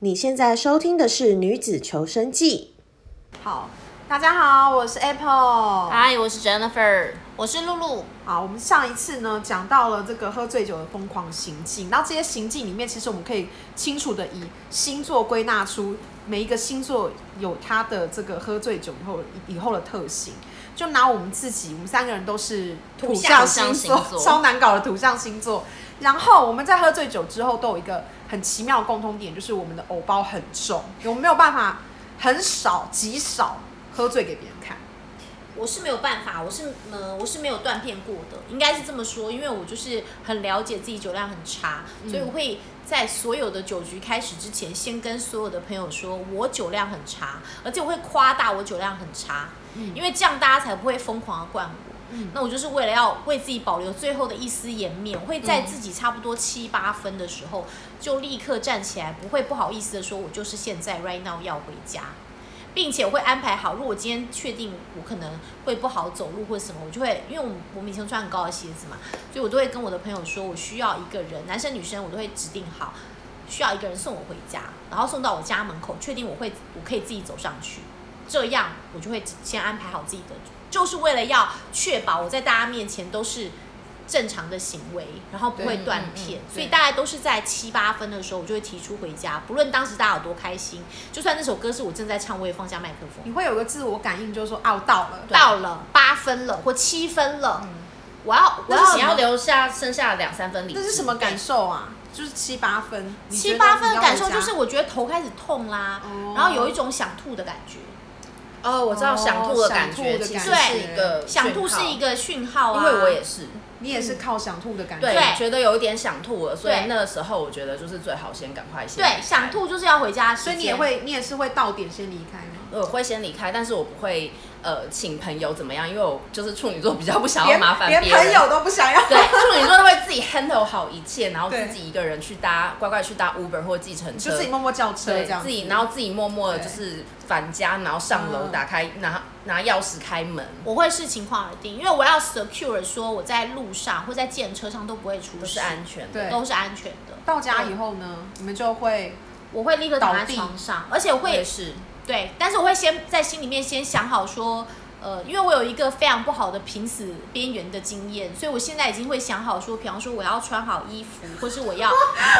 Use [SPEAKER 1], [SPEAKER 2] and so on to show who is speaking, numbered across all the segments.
[SPEAKER 1] 你现在收听的是《女子求生记
[SPEAKER 2] 好，大家好，我是 Apple。
[SPEAKER 3] 嗨，我是 Jennifer，我是露露。
[SPEAKER 2] 好，我们上一次呢讲到了这个喝醉酒的疯狂行径，然后这些行径里面，其实我们可以清楚的以星座归纳出每一个星座有它的这个喝醉酒以后以后的特性。就拿我们自己，我们三个人都是
[SPEAKER 3] 土
[SPEAKER 2] 象
[SPEAKER 3] 象
[SPEAKER 2] 星
[SPEAKER 3] 星座
[SPEAKER 2] 超难搞的土象星座。然后我们在喝醉酒之后，都有一个很奇妙的共通点，就是我们的偶包很重，我们没有办法很少极少喝醉给别人看。
[SPEAKER 3] 我是没有办法，我是呃，我是没有断片过的，应该是这么说，因为我就是很了解自己酒量很差，所以我会在所有的酒局开始之前，先跟所有的朋友说我酒量很差，而且我会夸大我酒量很差，
[SPEAKER 2] 嗯
[SPEAKER 3] 因为这样大家才不会疯狂的灌我。
[SPEAKER 2] 嗯
[SPEAKER 3] 那我就是为了要为自己保留最后的一丝颜面，我会在自己差不多七八分的时候就立刻站起来，不会不好意思的说，我就是现在 right now 要回家，并且我会安排好，如果今天确定我可能会不好走路或什么，我就会因为我们我们以前穿很高的鞋子嘛，所以我都会跟我的朋友说，我需要一个人，男生女生我都会指定好，需要一个人送我回家，然后送到我家门口，确定我会我可以自己走上去，这样我就会先安排好自己的，就是为了要确保我在大家面前都是正常的行为，然后不会
[SPEAKER 2] 对
[SPEAKER 3] 断
[SPEAKER 2] 嗯嗯
[SPEAKER 3] 片，
[SPEAKER 2] 嗯
[SPEAKER 3] 所
[SPEAKER 2] 对
[SPEAKER 3] 以大概都是在七八分的时候，我就会提出回家，不论当时大家有多开心，就算那首歌是我正在唱，我也放下麦克风。
[SPEAKER 2] 你会有个自我感应，就是说啊，我到了，
[SPEAKER 3] 到了八分了或七分了，我要我
[SPEAKER 2] 嗯那是
[SPEAKER 3] 要
[SPEAKER 2] 你要
[SPEAKER 3] 留
[SPEAKER 4] 留下剩下两三分理智。
[SPEAKER 2] 这是什么感受啊？就是七八分，你觉
[SPEAKER 3] 七
[SPEAKER 2] 得
[SPEAKER 3] 八分
[SPEAKER 2] 你
[SPEAKER 3] 的
[SPEAKER 2] 要
[SPEAKER 3] 感受
[SPEAKER 2] 回家
[SPEAKER 3] 就是我觉得头开始痛啦，
[SPEAKER 2] 哦
[SPEAKER 3] 然后有一种想吐的感觉，
[SPEAKER 4] 哦，我知道想吐的感觉，
[SPEAKER 2] 哦
[SPEAKER 4] 其
[SPEAKER 2] 想
[SPEAKER 4] 实
[SPEAKER 2] 吐的感
[SPEAKER 4] 是
[SPEAKER 2] 觉
[SPEAKER 4] 一个
[SPEAKER 3] 想吐是一
[SPEAKER 4] 个，
[SPEAKER 3] 个讯号
[SPEAKER 4] 因
[SPEAKER 3] 啊。
[SPEAKER 4] 为我也是，
[SPEAKER 2] 你也是靠想吐的感觉，
[SPEAKER 4] 对，
[SPEAKER 3] 对
[SPEAKER 4] 觉得有一点想吐了，所以
[SPEAKER 3] 对
[SPEAKER 4] 那个时候我觉得就是最好先赶快先离
[SPEAKER 3] 对
[SPEAKER 4] 开
[SPEAKER 3] 想，吐就是要回家的时
[SPEAKER 2] 所
[SPEAKER 3] 间，
[SPEAKER 2] 以你也会，你也是会到点先离开吗？
[SPEAKER 4] 我呃会先离开，但是我不会呃请朋友怎么样，因为我就是处女座，比较不想要
[SPEAKER 2] 连
[SPEAKER 4] 麻烦
[SPEAKER 2] 连
[SPEAKER 4] 别人
[SPEAKER 2] 朋友都不想要。
[SPEAKER 4] 对，处女座会自己 handle 好一切，然后
[SPEAKER 2] 对
[SPEAKER 4] 自己一个人去搭，乖乖去搭 Uber 或计程
[SPEAKER 2] 你
[SPEAKER 4] 车，
[SPEAKER 2] 就自己默默叫车这
[SPEAKER 4] 对，
[SPEAKER 2] 样子，
[SPEAKER 4] 自己然后自己默默的
[SPEAKER 2] 对
[SPEAKER 4] 就是返家，然后上楼
[SPEAKER 2] 嗯
[SPEAKER 4] 打开、拿拿钥匙开门。
[SPEAKER 3] 我会视情况而定，因为我要 secure 说我在路上或在电车上都不会出
[SPEAKER 4] 不
[SPEAKER 3] 事，
[SPEAKER 4] 是安全的。
[SPEAKER 2] 对
[SPEAKER 3] 都是安全的。
[SPEAKER 2] 到家
[SPEAKER 4] 嗯
[SPEAKER 2] 以后呢，你们就会
[SPEAKER 3] 我会立刻躺
[SPEAKER 2] 倒
[SPEAKER 3] 在
[SPEAKER 2] 地
[SPEAKER 3] 床上，而且我
[SPEAKER 4] 我
[SPEAKER 3] 会
[SPEAKER 4] 也是，
[SPEAKER 3] 对，但是我会先在心里面先想好说，呃，因为我有一个非常不好的濒死边缘的经验，所以我现在已经会想好说，比方说我要穿好衣服，或是我要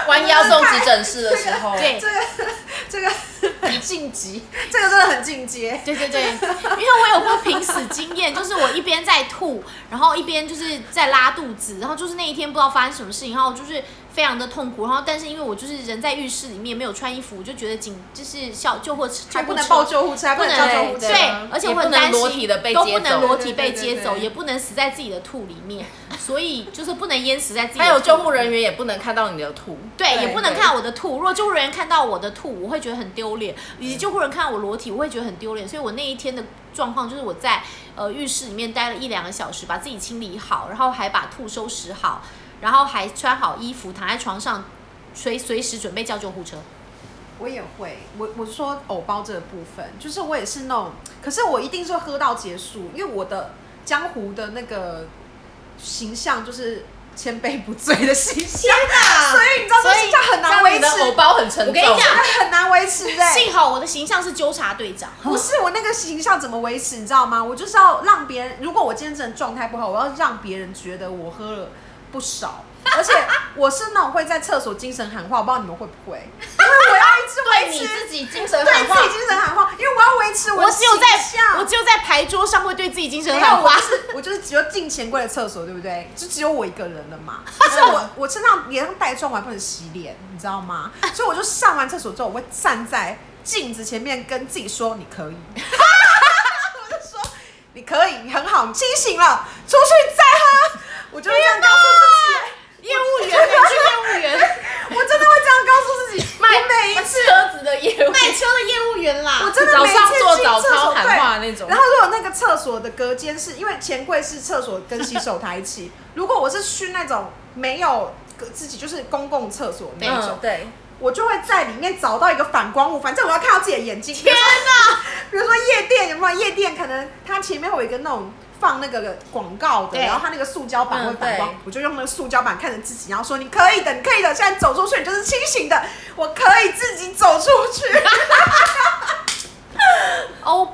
[SPEAKER 4] 弯腰送急诊室的时候，
[SPEAKER 3] 对
[SPEAKER 2] 这个这个
[SPEAKER 3] 很晋级，
[SPEAKER 2] 这个真的很进阶，
[SPEAKER 3] 对对对，因为我有过濒死经验，就是我一边在吐，然后一边就是在拉肚子，然后就是那一天不知道发生什么事情，然后就是非常的痛苦，然后但是因为我就是人在浴室里面没有穿衣服，我就觉得紧就是叫救护车，
[SPEAKER 2] 还不能
[SPEAKER 3] 救护
[SPEAKER 2] 报
[SPEAKER 3] 车
[SPEAKER 2] 救护车，还不能叫救护车，
[SPEAKER 3] 对，而且我很担
[SPEAKER 4] 也
[SPEAKER 3] 心
[SPEAKER 4] 不能裸体地被
[SPEAKER 3] 都
[SPEAKER 4] 接
[SPEAKER 3] 不能
[SPEAKER 4] 走
[SPEAKER 3] 裸体被接
[SPEAKER 2] 啊对对对
[SPEAKER 3] 走，
[SPEAKER 2] 对
[SPEAKER 3] 也不能死在自己的吐里面，所以就是不能淹死在自己的
[SPEAKER 4] 还
[SPEAKER 3] 吐。
[SPEAKER 4] 有救护人员也不能看到你的吐，
[SPEAKER 3] 对，
[SPEAKER 2] 对
[SPEAKER 3] 也不能看我的吐。如果救护人员看到我的吐，我会觉得很丢脸；以及救护人看到我裸体，我会觉得很丢脸。所以我那一天的状况就是我在呃浴室里面待了一两个小时，把自己清理好，然后还把吐收拾好，然后还穿好衣服，躺在床上，随随时准备叫救护车。
[SPEAKER 2] 我也会，我我说偶包这个部分，就是我也是那种，可是我一定是会喝到结束，因为我的江湖的那个形象就是千杯不醉的形象，所以你知道这
[SPEAKER 4] 所以
[SPEAKER 2] 形象很
[SPEAKER 4] 这样
[SPEAKER 2] 难维
[SPEAKER 4] 你
[SPEAKER 2] 持
[SPEAKER 4] 的，偶包很沉重。
[SPEAKER 3] 我跟你讲，
[SPEAKER 2] 很难维持的、
[SPEAKER 3] 幸好我的形象是纠察队长，
[SPEAKER 2] 不是我那个形象怎么维持，你知道吗？我就是要让别人，如果我今天真的状态不好，我要让别人觉得我喝了不少，而且我是那种会在厕所精神喊话，我不知道你们会不会，因为我要一
[SPEAKER 4] 对
[SPEAKER 2] 直
[SPEAKER 4] 你
[SPEAKER 2] 维持
[SPEAKER 4] 自己精神
[SPEAKER 2] 对
[SPEAKER 4] 喊
[SPEAKER 2] 自己
[SPEAKER 4] 话，
[SPEAKER 2] 精神喊话，因为我要维持
[SPEAKER 3] 我
[SPEAKER 2] 的
[SPEAKER 3] 只有
[SPEAKER 2] 形
[SPEAKER 3] 在
[SPEAKER 2] 象
[SPEAKER 3] 我只有在牌桌上会对自己精神
[SPEAKER 2] 没有，
[SPEAKER 3] 喊
[SPEAKER 2] 我
[SPEAKER 3] 话
[SPEAKER 2] 就。是我就是只有进钱柜的厕所，对不对？就只有我一个人了 嘛。而且我我身上脸上带妆，我还不能洗脸，你知道吗？所以我就上完厕所之后，我会站在镜子前面跟自己说：“你 可以。”我就说：“你可以，你很好，你清醒了，出去再喝。”我就会这样告诉
[SPEAKER 3] 业务员， 你去业务员，
[SPEAKER 2] 自己，我真的会这样告诉自己。
[SPEAKER 4] 卖
[SPEAKER 2] 我每一次
[SPEAKER 4] 车子的 业务，
[SPEAKER 3] 卖车的业务员啦。
[SPEAKER 2] 我真的
[SPEAKER 4] 啊早
[SPEAKER 2] 每次
[SPEAKER 4] 上做
[SPEAKER 2] 进
[SPEAKER 4] 早
[SPEAKER 2] 厕所
[SPEAKER 4] 操喊话
[SPEAKER 2] 对
[SPEAKER 4] 那种
[SPEAKER 2] 然后如果那个厕所的隔间是因为钱柜是厕所跟洗手台一起， 如果我是去那种没有隔自己就是公共厕所那种，
[SPEAKER 4] 嗯，对，
[SPEAKER 2] 我就会在里面找到一个反光物，反正我要看到自己的眼睛。天哪！ 比如说夜店有没有？夜店可能它前面会有一个那种。放那个广告的，
[SPEAKER 3] 对
[SPEAKER 2] 然后它那个塑胶板会
[SPEAKER 4] 嗯
[SPEAKER 2] 反光，
[SPEAKER 4] 对
[SPEAKER 2] 我就用那个塑胶板看着自己，然后说你可以的，你可以的，现在走出去你就是清醒的，我可以自己走出
[SPEAKER 3] 哦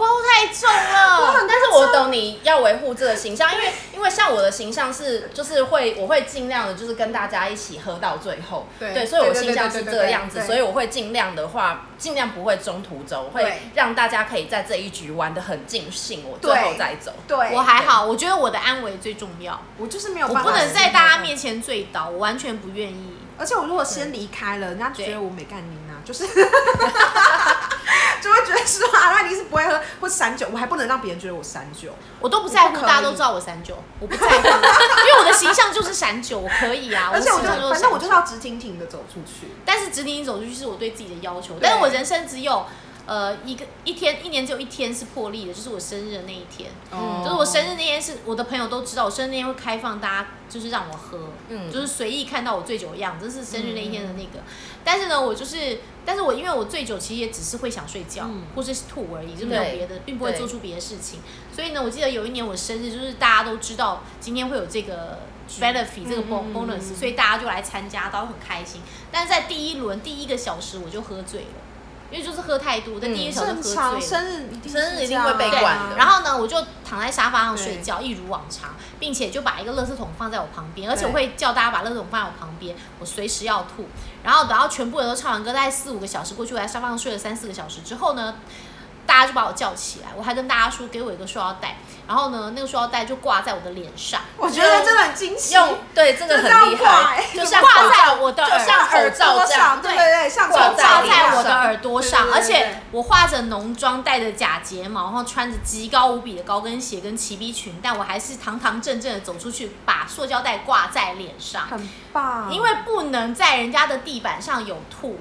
[SPEAKER 4] 这个形象，因为因为像我的形象是就是会我会尽量的，就是跟大家一起喝到最后，
[SPEAKER 2] 对
[SPEAKER 4] 所以我
[SPEAKER 2] 对对
[SPEAKER 4] 形象
[SPEAKER 2] 对
[SPEAKER 4] 是
[SPEAKER 2] 对
[SPEAKER 4] 这
[SPEAKER 2] 对
[SPEAKER 4] 个
[SPEAKER 2] 对
[SPEAKER 4] 样子，
[SPEAKER 2] 对
[SPEAKER 4] 所以我会尽量的话，尽量不会中途走，会
[SPEAKER 2] 对
[SPEAKER 4] 让大家可以在这一局玩的很尽兴，我最后
[SPEAKER 2] 对
[SPEAKER 4] 再走。
[SPEAKER 2] 对，
[SPEAKER 3] 我还好，我觉得我的安危最重要，
[SPEAKER 2] 我就是没有
[SPEAKER 3] 我
[SPEAKER 2] 办法，
[SPEAKER 3] 不能在大家。面前醉倒，我完全不愿意。
[SPEAKER 2] 而且我如果先离开了，人家就觉
[SPEAKER 3] 对
[SPEAKER 2] 得我没干你啊，就是就会觉得说啊，那你是不会喝或散酒，我还不能让别人觉得我散酒。
[SPEAKER 3] 我都不在
[SPEAKER 2] 你
[SPEAKER 3] 乎，
[SPEAKER 2] 不可以
[SPEAKER 3] 大家都知道我三九，我不 在乎，因为我的形象就是闪九，我可以啊，
[SPEAKER 2] 而且我
[SPEAKER 3] 的
[SPEAKER 2] 就
[SPEAKER 3] 形象就是
[SPEAKER 2] 反
[SPEAKER 3] 闪
[SPEAKER 2] 正我就是
[SPEAKER 3] 九
[SPEAKER 2] 要直挺挺的走出去。
[SPEAKER 3] 但是直挺走出去是我对自己的要求，但是我人生只有呃一个一天，一年只有一天是破例的，就是我生日的那一天。
[SPEAKER 2] 哦
[SPEAKER 3] 就是我生日那天是我的朋友都知道，我生日那天会开放大家，就是让我喝，
[SPEAKER 4] 嗯
[SPEAKER 3] 就是随意看到我醉酒的样子，这是生日那一天的那个。
[SPEAKER 2] 嗯
[SPEAKER 3] 但是呢，我就是，但是我因为我醉酒，其实也只是会想睡觉、
[SPEAKER 2] 嗯
[SPEAKER 3] 或者是吐而已，就没有
[SPEAKER 4] 对
[SPEAKER 3] 别的，并不会
[SPEAKER 4] 对
[SPEAKER 3] 做出别的事情。所以呢，我记得有一年我生日，就是大家都知道今天会有这个 benefit 这个 bon-
[SPEAKER 2] 嗯
[SPEAKER 3] bonus，、所以大家就来参加，都很开心。但是在第一轮第一个小时我就喝醉了，因为就是喝太多，在第一个小时喝
[SPEAKER 2] 嗯正
[SPEAKER 3] 醉
[SPEAKER 2] 常
[SPEAKER 3] 了。
[SPEAKER 2] 生日一定是
[SPEAKER 4] 生日一定
[SPEAKER 2] 这样啊
[SPEAKER 4] 会被
[SPEAKER 3] 对，
[SPEAKER 4] 管的
[SPEAKER 3] 然后呢，我就躺在沙发上睡觉，一如往常，并且就把一个垃圾桶放在我旁边，而且我会叫大家把垃圾桶放在我旁边，我随时要吐。然后等到全部人都唱完歌，大概四五个小时过去，我在沙发上睡了三四个小时之后呢，大家就把我叫起来，我还跟大家说给我一个塑料袋，然后呢，那个塑料袋就挂在我的脸上，
[SPEAKER 2] 我觉得真的很惊喜，
[SPEAKER 4] 用对这个
[SPEAKER 2] 这样
[SPEAKER 4] 很厉
[SPEAKER 2] 挂
[SPEAKER 4] 害
[SPEAKER 3] 哎
[SPEAKER 2] 欸，
[SPEAKER 4] 就像
[SPEAKER 3] 挂
[SPEAKER 4] 口
[SPEAKER 3] 在
[SPEAKER 4] 罩，
[SPEAKER 3] 我的
[SPEAKER 4] 就像口
[SPEAKER 2] 耳
[SPEAKER 4] 罩
[SPEAKER 2] 朵
[SPEAKER 4] 这样
[SPEAKER 2] 上，，对对对，像
[SPEAKER 4] 挂
[SPEAKER 2] 口
[SPEAKER 3] 就挂
[SPEAKER 2] 罩一样
[SPEAKER 3] 在我的耳朵上，
[SPEAKER 2] 对对对
[SPEAKER 3] 而且我化着浓妆，戴着假睫毛，然后穿着极高无比的高跟鞋跟齐逼裙，但我还是堂堂正正的走出去，把塑胶袋挂在脸上，
[SPEAKER 2] 很棒，
[SPEAKER 3] 因为不能在人家的地板上有吐，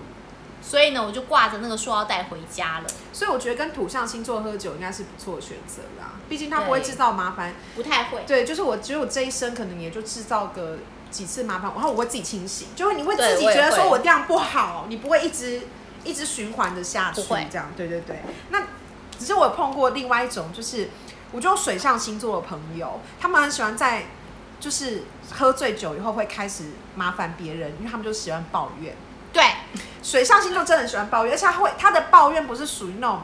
[SPEAKER 3] 所以呢，我就挂着那个塑料袋回家了，
[SPEAKER 2] 所以我觉得跟土象星座喝酒应该是不错的选择啦，毕竟它
[SPEAKER 4] 对
[SPEAKER 2] 不会制造麻烦。
[SPEAKER 3] 不太会。
[SPEAKER 2] 对，就是我只有这一生可能也就制造个几次麻烦，然后我会自己清醒，就是你会
[SPEAKER 4] 对
[SPEAKER 2] 自己
[SPEAKER 4] 我
[SPEAKER 2] 觉
[SPEAKER 4] 也
[SPEAKER 2] 得说
[SPEAKER 4] 会
[SPEAKER 2] 我这样不好，你不会一直一直循环的下去
[SPEAKER 3] 不会
[SPEAKER 2] 这样。对对对，那只是我有碰过另外一种，就是我就有水象星座的朋友，他们很喜欢在就是喝醉酒以后会开始麻烦别人，因为他们就喜欢抱怨。
[SPEAKER 3] 对，
[SPEAKER 2] 水象星座真的很喜欢抱怨，而且他会他的抱怨不是属于那种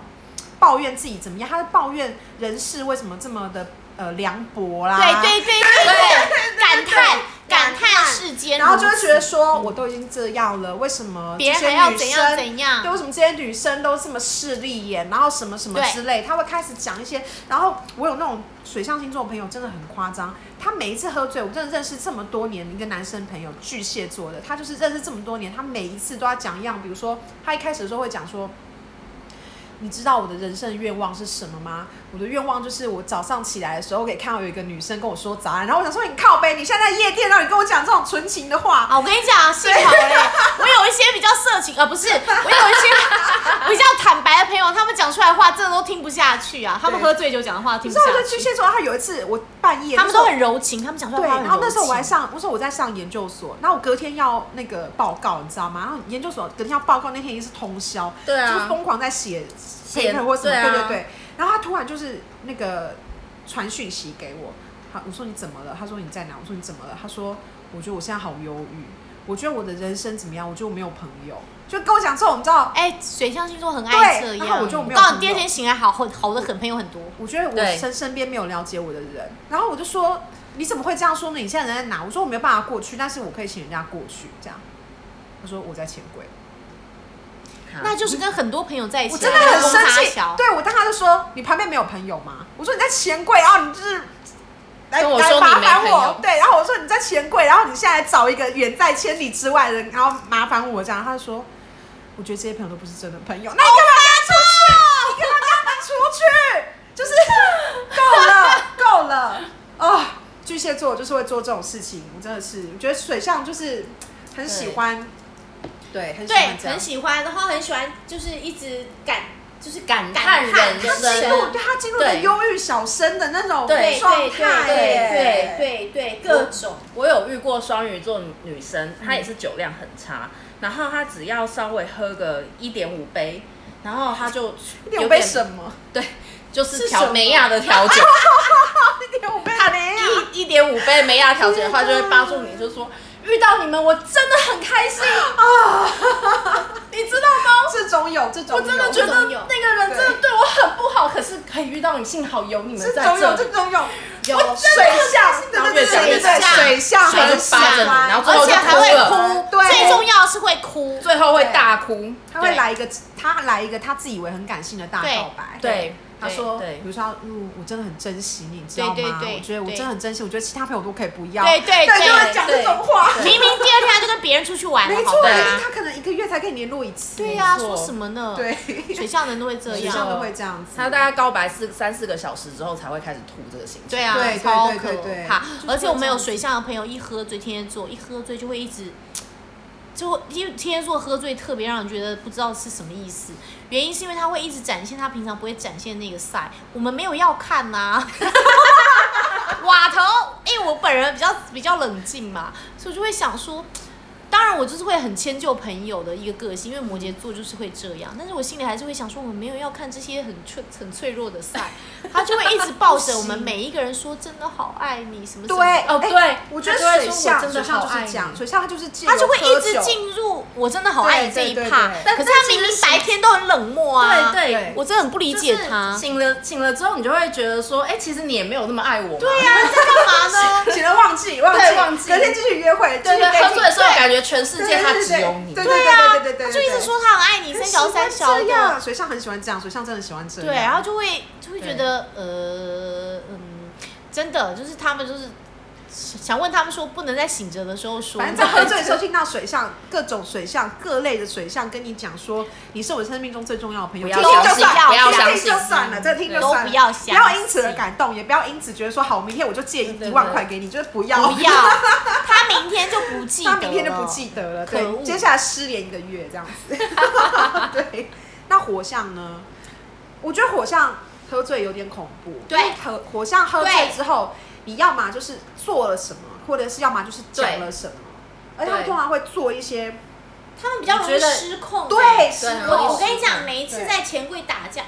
[SPEAKER 2] 抱怨自己怎么样，他是抱怨人事为什么这么的呃凉薄啦，
[SPEAKER 3] 对对对对对，感叹
[SPEAKER 2] 感
[SPEAKER 3] 感叹
[SPEAKER 2] 叹
[SPEAKER 3] 世间如此，嗯
[SPEAKER 2] 然后就会觉得说我都已经这样了，为什么
[SPEAKER 3] 别人
[SPEAKER 2] 这些
[SPEAKER 3] 还要
[SPEAKER 2] 女
[SPEAKER 3] 怎样
[SPEAKER 2] 生
[SPEAKER 3] 怎样
[SPEAKER 2] 对，为什么这些女生都这么势利眼，然后什么什么
[SPEAKER 3] 对
[SPEAKER 2] 之类，他会开始讲一些。然后我有那种水象星座的朋友真的很夸张，他每一次喝醉，我真的认识这么多年一个男生朋友，巨蟹座的，他就是认识这么多年，他每一次都要讲一样，比如说他一开始的时候会讲说。你知道我的人生愿望是什么吗？我的愿望就是我早上起来的时候，可以看到有一个女生跟我说早安，然后我想说你靠背，你现在在夜店，然后你跟我讲这种纯情的话，
[SPEAKER 3] 啊，我跟你讲，幸好嘞，我有一些比较色情，呃，不是，我有一些比较坦白的朋友，他们讲出来的话真的都听不下去啊，他们喝醉酒讲的话听
[SPEAKER 2] 你
[SPEAKER 3] 不
[SPEAKER 2] 知道，我在
[SPEAKER 3] 下
[SPEAKER 2] 巨
[SPEAKER 3] 去。
[SPEAKER 2] 蟹座，他有一次我半夜，
[SPEAKER 3] 他们都很柔情，他们讲出来
[SPEAKER 2] 对，
[SPEAKER 3] 的话很
[SPEAKER 2] 然
[SPEAKER 3] 柔情。
[SPEAKER 2] 后那时候我还上，我说我在上研究所，然后我隔天要那个报告，你知道吗？然后研究所隔天要报告那天已经是通宵，
[SPEAKER 4] 对啊
[SPEAKER 2] 就是疯狂在写
[SPEAKER 4] 写
[SPEAKER 2] paper 或什么，
[SPEAKER 4] 对啊
[SPEAKER 2] 对对对。然后他突然就是那个传讯息给我，他我说你怎么了？他说你在哪？我说你怎么了？他说我觉得我现在好忧郁，我觉得我的人生怎么样？我觉得我没有朋友，就跟我讲这种，你知道。
[SPEAKER 3] 哎，水象星座很爱这
[SPEAKER 2] 对
[SPEAKER 3] 样。
[SPEAKER 2] 然后我就没有嗯
[SPEAKER 3] 告诉
[SPEAKER 2] 朋友
[SPEAKER 3] 你，第二天醒来好好好的很，朋友很多。
[SPEAKER 2] 我觉得我
[SPEAKER 4] 对
[SPEAKER 2] 身身边没有了解我的人，然后我就说你怎么会这样说呢？你现在人在哪？我说我没有办法过去，但是我可以请人家过去这样。他说我在钱柜，
[SPEAKER 3] 那就是跟很多朋友在一起，
[SPEAKER 2] 我真的很生
[SPEAKER 3] 然后
[SPEAKER 2] 气
[SPEAKER 3] 公差。小
[SPEAKER 2] 对我当他就说你旁边没有朋友吗？我说你在钱柜啊，你就是来
[SPEAKER 4] 跟我
[SPEAKER 2] 来
[SPEAKER 4] 说
[SPEAKER 2] 麻
[SPEAKER 4] 你没
[SPEAKER 2] 烦
[SPEAKER 4] 朋
[SPEAKER 2] 我
[SPEAKER 4] 友，
[SPEAKER 2] 对。然后我说你在钱柜，然后你现在找一个远在千里之外的人，然后麻烦我这样。他就说我觉得这些朋友都不是真的朋友，那你干嘛跟他出
[SPEAKER 4] 哦
[SPEAKER 2] 去？你干嘛跟他们出去？就是够了，够了哦！巨蟹座就是会做这种事情，我真的是，我觉得水象就是很喜欢，对，很喜
[SPEAKER 3] 对
[SPEAKER 2] 欢，这样
[SPEAKER 3] 很。喜欢，然后很喜欢，就是一直感，就是
[SPEAKER 4] 感
[SPEAKER 3] 叹
[SPEAKER 4] 叹人
[SPEAKER 3] 他
[SPEAKER 4] 生
[SPEAKER 2] 进
[SPEAKER 3] 喜
[SPEAKER 2] 入
[SPEAKER 3] 欢
[SPEAKER 2] 对他进入的
[SPEAKER 4] 对
[SPEAKER 2] 忧郁小生的那种
[SPEAKER 4] 对
[SPEAKER 2] 状
[SPEAKER 3] 对对
[SPEAKER 2] 态耶，
[SPEAKER 3] 对对对对，各种。
[SPEAKER 4] 我有遇过双鱼座女生，她也是酒量很差，然后她只要稍微喝个一点五杯，然后她就
[SPEAKER 2] 一点五杯什么？
[SPEAKER 4] 对，就是
[SPEAKER 2] 是什
[SPEAKER 4] 调
[SPEAKER 2] 么啊
[SPEAKER 4] 梅亚的 调酒，
[SPEAKER 2] 一点五杯阿雷呀！
[SPEAKER 4] 一一点五杯梅亚调酒的
[SPEAKER 2] 哦
[SPEAKER 4] 话，就会帮助你，就说遇到你们我真的很开心啊，你知道吗？
[SPEAKER 2] 这种有，这种
[SPEAKER 4] 我真的觉得
[SPEAKER 3] 这
[SPEAKER 4] 那
[SPEAKER 3] 种有
[SPEAKER 4] 个人真的对我很不好，可是可以遇到你，幸好有你们
[SPEAKER 2] 这
[SPEAKER 4] 在
[SPEAKER 2] 种有，
[SPEAKER 4] 这
[SPEAKER 2] 这
[SPEAKER 4] 里。
[SPEAKER 2] 种有，
[SPEAKER 3] 有
[SPEAKER 2] 水象，
[SPEAKER 4] 然后
[SPEAKER 2] 对对
[SPEAKER 4] 越讲
[SPEAKER 2] 对
[SPEAKER 4] 越
[SPEAKER 2] 对，
[SPEAKER 3] 像
[SPEAKER 2] 水象
[SPEAKER 4] 水就
[SPEAKER 2] 很喜
[SPEAKER 4] 扒着你
[SPEAKER 2] 欢，
[SPEAKER 4] 然后最
[SPEAKER 3] 而
[SPEAKER 4] 后
[SPEAKER 3] 且
[SPEAKER 4] 就
[SPEAKER 3] 还会
[SPEAKER 4] 哭
[SPEAKER 2] 了
[SPEAKER 3] 哭，
[SPEAKER 2] 对
[SPEAKER 3] 最重要的是会哭。
[SPEAKER 4] 最后会大哭，
[SPEAKER 2] 他会
[SPEAKER 3] 对
[SPEAKER 2] 来一个，他来一个他自以为很感性的大告白，
[SPEAKER 3] 对
[SPEAKER 2] 他说，
[SPEAKER 4] 对
[SPEAKER 2] 比如说他，嗯，我真的很珍惜你，你知道吗？
[SPEAKER 3] 对对对
[SPEAKER 2] 我觉得我
[SPEAKER 3] 对
[SPEAKER 2] 真的很珍惜，我觉得其他朋友都可以不要，
[SPEAKER 3] 对对
[SPEAKER 2] 对，就会讲这
[SPEAKER 4] 对
[SPEAKER 2] 种话，
[SPEAKER 3] 明明第二天他就跟别人出去玩
[SPEAKER 2] 没
[SPEAKER 3] 了，好
[SPEAKER 2] 错，
[SPEAKER 3] 吧
[SPEAKER 2] 可是他可能一个月才跟你联络一次，
[SPEAKER 3] 对呀，
[SPEAKER 4] 没
[SPEAKER 3] 说
[SPEAKER 4] 错
[SPEAKER 3] 什么 呢？，
[SPEAKER 2] 对，
[SPEAKER 3] 水象人都会这
[SPEAKER 2] 水
[SPEAKER 3] 样
[SPEAKER 2] 象。都会这样子，
[SPEAKER 4] 他大概告白四三四个小时之后才会开始吐这个心情。
[SPEAKER 3] 对啊，
[SPEAKER 2] 对对
[SPEAKER 3] 超
[SPEAKER 2] 对
[SPEAKER 3] 可
[SPEAKER 2] 对对
[SPEAKER 3] 怕
[SPEAKER 2] 就是。会
[SPEAKER 3] 而且我们
[SPEAKER 2] 这样
[SPEAKER 3] 有
[SPEAKER 2] 子
[SPEAKER 3] 水象的朋友，一喝醉天蝎座，一喝醉就会一直，就会因为天蝎座喝醉特别让人觉得不知道是什么意思。原因是因为他会一直展现他平常不会展现那个赛，我们没有要看呐、 瓦头，因为我本人比较比较冷静嘛，所以我就会想说。当然，我就是会很迁就朋友的一个个性，因为摩羯座就是会这样。但是我心里还是会想说，我们没有要看这些很脆、很脆弱的赛，他就会一直抱着我们每一个人说：“真的好爱你，什么什么。”
[SPEAKER 2] 对，
[SPEAKER 4] 哦
[SPEAKER 2] 哎
[SPEAKER 4] 对
[SPEAKER 2] 我觉得
[SPEAKER 4] 他就会
[SPEAKER 2] 水
[SPEAKER 4] 说
[SPEAKER 2] 象
[SPEAKER 4] 我真
[SPEAKER 2] 水
[SPEAKER 4] 的
[SPEAKER 2] 象
[SPEAKER 4] 好
[SPEAKER 2] 就是
[SPEAKER 4] 爱
[SPEAKER 2] 这样，
[SPEAKER 4] 你
[SPEAKER 2] 水象他就是借由
[SPEAKER 3] 他就会一直
[SPEAKER 2] 喝酒
[SPEAKER 3] 进入我真的好爱你这一
[SPEAKER 2] 对对对
[SPEAKER 3] 趴
[SPEAKER 2] 对，
[SPEAKER 3] 可是他明明白天都很冷漠啊。
[SPEAKER 4] 对
[SPEAKER 2] 对
[SPEAKER 4] 对，
[SPEAKER 3] 我真的很不理解他
[SPEAKER 4] 就是醒了醒了之后，你就会觉得说，哎、其实你也没有那么爱我。对啊
[SPEAKER 3] 对哎呀，在干嘛呢？
[SPEAKER 2] 醒了忘记忘记
[SPEAKER 4] 对忘记
[SPEAKER 2] 隔天继续约会，继续
[SPEAKER 4] 对对，喝醉的时候
[SPEAKER 2] dating
[SPEAKER 4] 感觉全世界他只有你。
[SPEAKER 2] 对
[SPEAKER 4] 对
[SPEAKER 2] 对
[SPEAKER 3] 啊，
[SPEAKER 2] 对对对对对对
[SPEAKER 3] 他就一直说他很爱你，
[SPEAKER 2] 对啊
[SPEAKER 3] 三小三
[SPEAKER 2] 喜欢
[SPEAKER 3] 小
[SPEAKER 2] 这
[SPEAKER 3] 的，
[SPEAKER 2] 样，水象很喜欢这样，水象真的喜欢这样，
[SPEAKER 4] 啊
[SPEAKER 3] 对，然后就会就会觉得呃嗯，真的就是他们就是想问他们说，不能在醒着的时候说。
[SPEAKER 2] 反正在喝醉的时候听到水象，各种水象，各类的水象跟你讲说，你是我生命中最重要的朋友，
[SPEAKER 4] 不要
[SPEAKER 2] 听听
[SPEAKER 3] 相
[SPEAKER 2] 就
[SPEAKER 3] 信
[SPEAKER 2] 算，
[SPEAKER 3] 不要
[SPEAKER 2] 这
[SPEAKER 3] 相
[SPEAKER 2] 听
[SPEAKER 4] 信
[SPEAKER 2] 就算了，这听就
[SPEAKER 3] 都
[SPEAKER 2] 算了，
[SPEAKER 3] 不要
[SPEAKER 2] 不
[SPEAKER 3] 相
[SPEAKER 2] 要因此而
[SPEAKER 3] 信
[SPEAKER 2] 感动，也不要因此觉得说好，我明天我就借
[SPEAKER 4] 对对
[SPEAKER 2] 一
[SPEAKER 4] 对
[SPEAKER 2] 万块给你，就是不要，
[SPEAKER 3] 不要，他明天就不记得
[SPEAKER 2] 他
[SPEAKER 3] 了，
[SPEAKER 2] 明天就不记得了，
[SPEAKER 3] 可
[SPEAKER 2] 对，
[SPEAKER 3] 恶
[SPEAKER 2] 接下来失联一个月这样 子，对，那火象呢？我觉得火象喝醉有点恐怖，
[SPEAKER 3] 对
[SPEAKER 2] 因为火火象喝醉
[SPEAKER 3] 对
[SPEAKER 2] 之后，你要么就是做了什么，或者是要么就是讲了什么，而且他们
[SPEAKER 4] 对
[SPEAKER 2] 通常会做一些。
[SPEAKER 3] 他们比较容易
[SPEAKER 4] 我觉得
[SPEAKER 3] 失控。
[SPEAKER 2] 对，
[SPEAKER 4] 对
[SPEAKER 2] 是
[SPEAKER 4] 很容易
[SPEAKER 3] 哦我我
[SPEAKER 4] 失控
[SPEAKER 3] 跟你讲，每一次
[SPEAKER 2] 哦对
[SPEAKER 3] 在钱柜打架，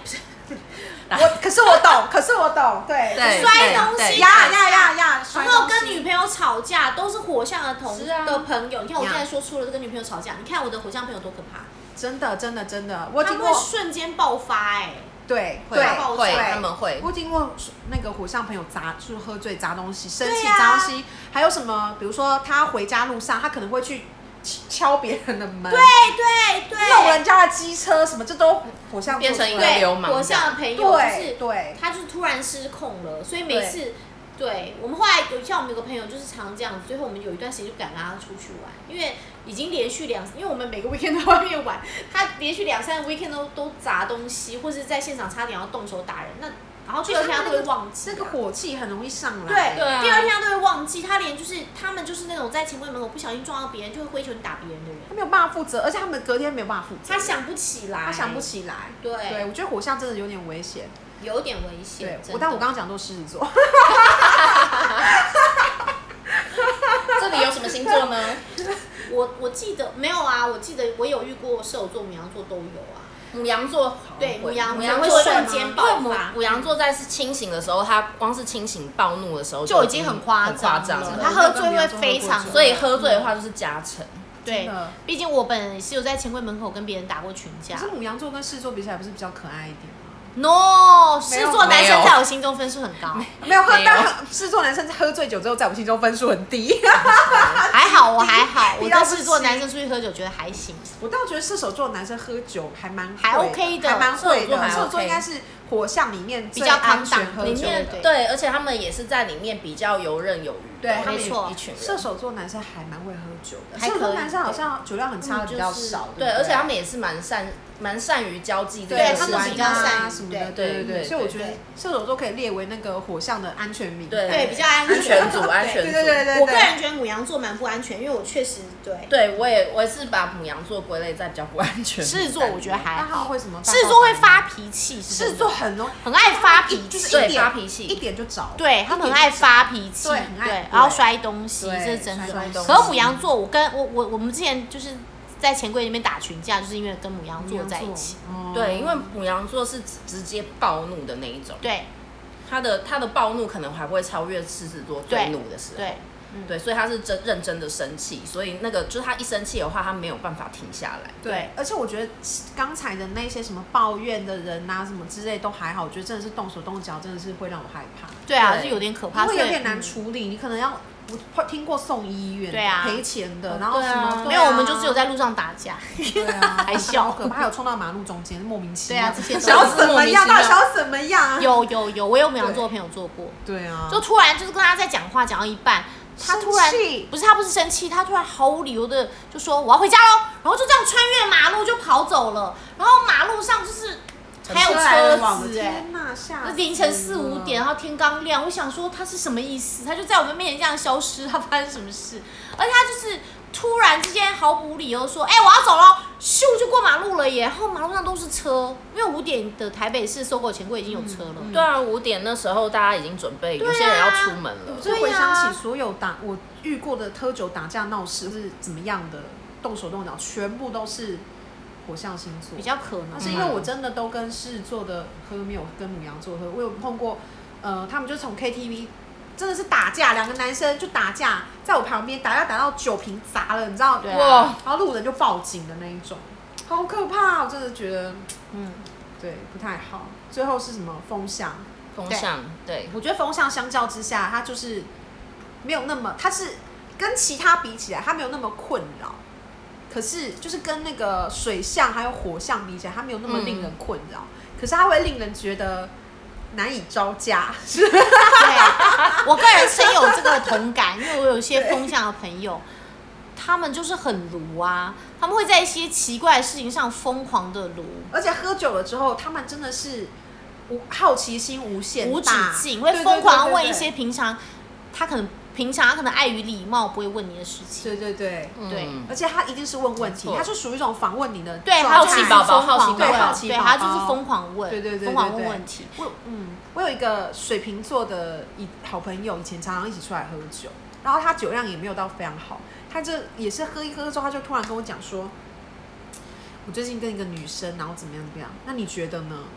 [SPEAKER 2] 我可是我懂，可是我懂，对
[SPEAKER 4] 对
[SPEAKER 3] 摔东
[SPEAKER 4] 对
[SPEAKER 3] 西
[SPEAKER 4] 对
[SPEAKER 2] 呀呀呀呀，
[SPEAKER 3] 然
[SPEAKER 2] 摔
[SPEAKER 3] 后
[SPEAKER 2] 东西
[SPEAKER 3] 跟女朋友吵架，都是火象的同
[SPEAKER 4] 是啊
[SPEAKER 3] 的朋友。你看我
[SPEAKER 2] 呀
[SPEAKER 3] 现在说出了跟女朋友吵架，你看我的火象朋友多可怕，
[SPEAKER 2] 真的真的真的，我
[SPEAKER 3] 他
[SPEAKER 2] 听
[SPEAKER 3] 们会
[SPEAKER 2] 过，
[SPEAKER 3] 瞬间爆发哎、
[SPEAKER 2] 对
[SPEAKER 4] 会
[SPEAKER 2] 对
[SPEAKER 3] 爆
[SPEAKER 4] 会
[SPEAKER 3] 炸
[SPEAKER 2] 对
[SPEAKER 4] 他们会
[SPEAKER 2] 我听过那个火象朋友砸，就是喝醉砸东西，生
[SPEAKER 3] 对
[SPEAKER 2] 气
[SPEAKER 3] 呀
[SPEAKER 2] 砸东西，还有什么？比如说他回家路上，他可能会去敲敲别人的门，对，
[SPEAKER 3] 对对对，
[SPEAKER 2] 弄人家的机车什么，这都火象
[SPEAKER 4] 变成一个
[SPEAKER 2] 对
[SPEAKER 4] 流氓
[SPEAKER 3] 火象的朋友就是
[SPEAKER 2] 对对
[SPEAKER 3] 他就是突然失控了，所以每次对我们后来有像我们有个朋友就是常这样子，最后我们有一段时间就不敢拉他出去玩，因为已经连续两，因为我们每个 weekend 都在外面玩，他连续两三个 weekend 都都砸东西，或是在现场差点要动手打人，那然后第二天他都会忘记、啊
[SPEAKER 2] 那个火气很容易上来，
[SPEAKER 3] 对，
[SPEAKER 4] 对啊
[SPEAKER 3] 第二天他都会忘记，他连就是他们就是那种在前柜门口不小心撞到别人就会挥球你打别人的人，
[SPEAKER 2] 他没有办法负责，而且他们隔天没有办法负责，
[SPEAKER 3] 他想不起来，
[SPEAKER 2] 他想不，起来，
[SPEAKER 3] 对
[SPEAKER 2] 对，我觉得火象真的有点危险。
[SPEAKER 3] 有点危险
[SPEAKER 2] 对。，
[SPEAKER 3] 真
[SPEAKER 2] 我
[SPEAKER 3] 的
[SPEAKER 2] 但我刚刚讲都是狮子座，
[SPEAKER 4] 这里有什么星座呢？
[SPEAKER 3] 我我记得没有啊，我记得我有遇过射手座、母羊座都有啊。
[SPEAKER 4] 母羊座
[SPEAKER 3] 对母羊
[SPEAKER 4] 母
[SPEAKER 3] 母
[SPEAKER 4] 羊
[SPEAKER 3] 羊
[SPEAKER 4] 座
[SPEAKER 3] 座瞬间爆发
[SPEAKER 4] 因为母母羊座在是清醒的时候，他光是清醒暴怒的时候
[SPEAKER 3] 就已
[SPEAKER 4] 已
[SPEAKER 3] 经
[SPEAKER 4] 经
[SPEAKER 3] 很夸
[SPEAKER 4] 夸
[SPEAKER 3] 张
[SPEAKER 4] 张
[SPEAKER 3] 了，
[SPEAKER 4] 了，
[SPEAKER 3] 他喝醉会非常，
[SPEAKER 4] 所以喝醉的话就是加成。
[SPEAKER 3] 对
[SPEAKER 2] 真的，
[SPEAKER 3] 毕竟我本人是有在钱柜门口跟别人打过群
[SPEAKER 2] 可
[SPEAKER 3] 架
[SPEAKER 2] 是母羊座跟狮子座比起来，不是比较可爱一点吗？
[SPEAKER 3] ，no，
[SPEAKER 2] 没有
[SPEAKER 3] 狮座男生在我心中分数很高，
[SPEAKER 2] 没有喝
[SPEAKER 4] 没，有
[SPEAKER 2] 但喝狮子座男生喝醉酒之后，在我心中分数很低。
[SPEAKER 3] 还好我还好，我
[SPEAKER 2] 低到不
[SPEAKER 3] 跟
[SPEAKER 2] 行
[SPEAKER 3] 狮子座男生出去喝酒觉得还行，
[SPEAKER 2] 我倒觉得射手座的男生喝酒还蛮
[SPEAKER 3] 还
[SPEAKER 2] 会
[SPEAKER 3] OK 的
[SPEAKER 2] 还蛮会
[SPEAKER 4] 射手座还
[SPEAKER 2] 的。
[SPEAKER 4] OK
[SPEAKER 2] 射手座应该是火象里面最
[SPEAKER 3] 比较
[SPEAKER 2] 安全
[SPEAKER 3] calm down，
[SPEAKER 2] 喝
[SPEAKER 4] 里
[SPEAKER 2] 酒
[SPEAKER 4] 面
[SPEAKER 2] 的。
[SPEAKER 4] 对，而且他们也是在里面比较游刃有余的，
[SPEAKER 2] 对他
[SPEAKER 3] 们也没错
[SPEAKER 4] 一群人。
[SPEAKER 2] 射手座男生还蛮会喝酒的，
[SPEAKER 3] 还
[SPEAKER 2] 射
[SPEAKER 3] 可以
[SPEAKER 2] 手座男生好像酒量很差的比较少，
[SPEAKER 4] 对，
[SPEAKER 2] 不
[SPEAKER 4] 而且他们也嗯是蛮善蛮善于交际这
[SPEAKER 2] 对
[SPEAKER 4] 件
[SPEAKER 3] 他
[SPEAKER 4] 事
[SPEAKER 3] 们
[SPEAKER 4] 情
[SPEAKER 3] 比较
[SPEAKER 2] 玩
[SPEAKER 3] 善
[SPEAKER 2] 啊
[SPEAKER 3] 于
[SPEAKER 2] 什么
[SPEAKER 3] 对
[SPEAKER 2] 的，对
[SPEAKER 4] 对
[SPEAKER 2] 对对，
[SPEAKER 4] 对
[SPEAKER 2] 所以我觉得
[SPEAKER 3] 对
[SPEAKER 2] 射手座可以列为那个火象的安全名单。
[SPEAKER 4] 对
[SPEAKER 3] 对，比较安
[SPEAKER 4] 安全组，安
[SPEAKER 2] 对
[SPEAKER 4] 全
[SPEAKER 2] 对对
[SPEAKER 4] 组。
[SPEAKER 2] 对，
[SPEAKER 3] 我个人觉得母羊座蛮不安全，因为我确实对
[SPEAKER 4] 对，我也我也是把母羊座归类在比较不安全。
[SPEAKER 3] 狮子座我觉得还
[SPEAKER 2] 那他
[SPEAKER 3] 好，
[SPEAKER 2] 会什么？
[SPEAKER 3] 狮子座会，发脾气，是真
[SPEAKER 2] 狮
[SPEAKER 3] 的
[SPEAKER 2] 子座很容易
[SPEAKER 3] 很爱发脾
[SPEAKER 2] 就
[SPEAKER 3] 气，
[SPEAKER 2] 是一
[SPEAKER 4] 对
[SPEAKER 2] 点
[SPEAKER 4] 发脾气
[SPEAKER 2] 一点就着。
[SPEAKER 3] 对他们很爱发脾气，
[SPEAKER 2] 对很爱
[SPEAKER 3] 对
[SPEAKER 2] 对，
[SPEAKER 3] 然后摔东西，
[SPEAKER 2] 对
[SPEAKER 3] 这是真的
[SPEAKER 2] 摔东。西
[SPEAKER 3] 可是母羊座，我跟我我我们之前就是在钱柜里面打群架，就是因为跟母羊座在一起。
[SPEAKER 2] 哦
[SPEAKER 4] 对，因为母羊座是直直接暴怒的那一种，
[SPEAKER 3] 对
[SPEAKER 4] 他的他的暴怒可能还会超越狮子座最
[SPEAKER 3] 对
[SPEAKER 4] 怒的时候。
[SPEAKER 3] 对，嗯
[SPEAKER 4] 对，所以他是真认真的生气，所以那个就是他一生气的话，他没有办法停下来。
[SPEAKER 2] 对，而且我觉得刚才的那些什么抱怨的人呐、什么之类都还好，我觉得真的是动手动脚，真的是会让我害怕，
[SPEAKER 3] 对啊，
[SPEAKER 4] 对
[SPEAKER 3] 就有点可怕，
[SPEAKER 2] 会
[SPEAKER 3] 所
[SPEAKER 2] 有
[SPEAKER 3] 以
[SPEAKER 2] 点难
[SPEAKER 3] 嗯
[SPEAKER 2] 处理。你可能要我听过送医院，
[SPEAKER 3] 对啊
[SPEAKER 2] 赔钱的，
[SPEAKER 4] 嗯
[SPEAKER 2] 然后什
[SPEAKER 4] 对
[SPEAKER 2] 么
[SPEAKER 4] 啊
[SPEAKER 3] 没有，我们就只
[SPEAKER 2] 是
[SPEAKER 3] 有在路上打架。
[SPEAKER 2] 对啊，
[SPEAKER 3] 还笑
[SPEAKER 2] 好可 怕，还有冲到马路中间，莫名其
[SPEAKER 3] 对
[SPEAKER 2] 妙。
[SPEAKER 3] 啊，这 些都
[SPEAKER 2] 想要
[SPEAKER 3] 是
[SPEAKER 2] 怎
[SPEAKER 3] 莫
[SPEAKER 2] 么
[SPEAKER 3] 名其
[SPEAKER 2] 样？到
[SPEAKER 3] 妙
[SPEAKER 2] 底想要怎么样？啊
[SPEAKER 3] 有有有，我有母羊座的朋友做过，
[SPEAKER 2] 对啊，
[SPEAKER 3] 就突然就是跟他在讲话讲到一半，他突然
[SPEAKER 2] 生气
[SPEAKER 3] 不是他不是生气，他突然毫无理由的就说我要回家喽，然后就这样穿越马路就跑走了，然后马路上就是还有
[SPEAKER 4] 车来人
[SPEAKER 3] 车
[SPEAKER 4] 往
[SPEAKER 3] 子哎、
[SPEAKER 2] 天哪，吓死
[SPEAKER 3] 那
[SPEAKER 2] 了！啊
[SPEAKER 3] 凌晨四五
[SPEAKER 2] 嗯
[SPEAKER 3] 点，然后天刚亮，我想说他是什么意思？他就在我们面前这样消失，他发生什么事？而且他就是突然之间毫无理由说：“哎、我要走了！”咻就过马路了耶，然后马路上都是车，因为五点的台北市搜狗钱柜已经有车了。
[SPEAKER 2] 嗯嗯
[SPEAKER 3] 对
[SPEAKER 4] 对啊，五点那时候大家已经准备，
[SPEAKER 3] 对啊
[SPEAKER 4] 有些人要出门了
[SPEAKER 2] 我。
[SPEAKER 3] 对
[SPEAKER 2] 就回想起所有打我遇过的喝酒打架闹事是怎么样的，动手动脚，全部都是火象星座
[SPEAKER 3] 比。较可
[SPEAKER 2] 那
[SPEAKER 3] 能。
[SPEAKER 2] 啊是因为我真的都跟狮子座的喝，没有跟母羊座喝。我有碰过，呃，他们就从 KTV 真的是打架，两个男生就打架，在我旁边打架打到酒瓶砸了，你知道？
[SPEAKER 3] 对
[SPEAKER 4] 哇
[SPEAKER 3] 啊，
[SPEAKER 2] 然后路人就报警的那一种，好可怕！我真的觉得
[SPEAKER 3] 嗯，
[SPEAKER 2] 对不太好。最后是什么风向？
[SPEAKER 4] 风向对，
[SPEAKER 2] 我觉得风向相较之下，它就是没有那么，它是跟其他比起来，它没有那么困扰。可是就是跟那个水象还有火象比起来，它没有那么令人困扰。可是它会令人觉得难以招架，
[SPEAKER 3] 对， 我个人深有这个同感，因为我有一些风向的朋友，他们就是很卢啊，他们会在一些奇怪的事情上疯狂的卢。
[SPEAKER 2] 而且喝酒了之后，他们真的是无好奇心无限大，
[SPEAKER 3] 无止境，
[SPEAKER 2] 对
[SPEAKER 3] 会疯狂地
[SPEAKER 2] 对对
[SPEAKER 3] 问
[SPEAKER 2] 对
[SPEAKER 3] 一些平常他可能平常他可能碍于礼貌不会问你的事情。
[SPEAKER 2] 对对对。
[SPEAKER 3] 对
[SPEAKER 4] 嗯
[SPEAKER 2] 而且他一定是问问题
[SPEAKER 4] 没，错
[SPEAKER 2] 他就属于一种访问你的
[SPEAKER 3] 对，
[SPEAKER 2] 状
[SPEAKER 3] 还有
[SPEAKER 2] 态
[SPEAKER 3] 自己宝宝疯狂
[SPEAKER 4] 好奇宝
[SPEAKER 3] 问
[SPEAKER 4] 宝
[SPEAKER 2] 对好奇
[SPEAKER 3] 对，
[SPEAKER 2] 宝
[SPEAKER 3] 他就是
[SPEAKER 2] 宝
[SPEAKER 3] 疯狂问，
[SPEAKER 2] 对对对对
[SPEAKER 3] 疯狂问
[SPEAKER 2] 对
[SPEAKER 3] 问题。
[SPEAKER 2] 我嗯，我有一个水瓶座的一好朋友，以前常常一起出来喝酒，然后他酒量也没有到非常好，他这也是喝一喝之后，他就突然跟我讲说，我最近跟一个女生，然后怎么样怎么样，那你觉得呢？